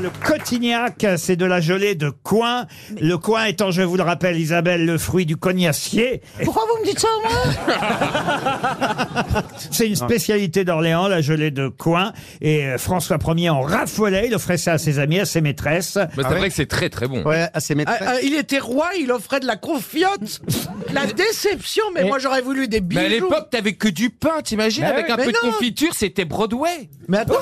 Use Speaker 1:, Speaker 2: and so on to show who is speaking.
Speaker 1: le Cotignac, c'est de la gelée de coin. Le coin étant, je vous le rappelle, Isabelle, le fruit du cognacier.
Speaker 2: Pourquoi vous me dites ça, moi
Speaker 1: C'est une spécialité d'Orléans, la gelée de coin. Et euh, François Ier en raffolait, il offrait ça à ses amis, à ses maîtresses.
Speaker 3: Bah, c'est vrai que c'est très très bon.
Speaker 4: Ouais, à ses maîtresses.
Speaker 2: Ah, ah, Il était roi, il offrait de la confiote. La déception, mais moi j'aurais voulu des bijoux.
Speaker 3: Mais à l'époque, t'avais que du pain, t'imagines Avec un
Speaker 2: Bah Mais
Speaker 3: peu de
Speaker 2: non.
Speaker 3: confiture, c'était Broadway.
Speaker 2: Mais attends,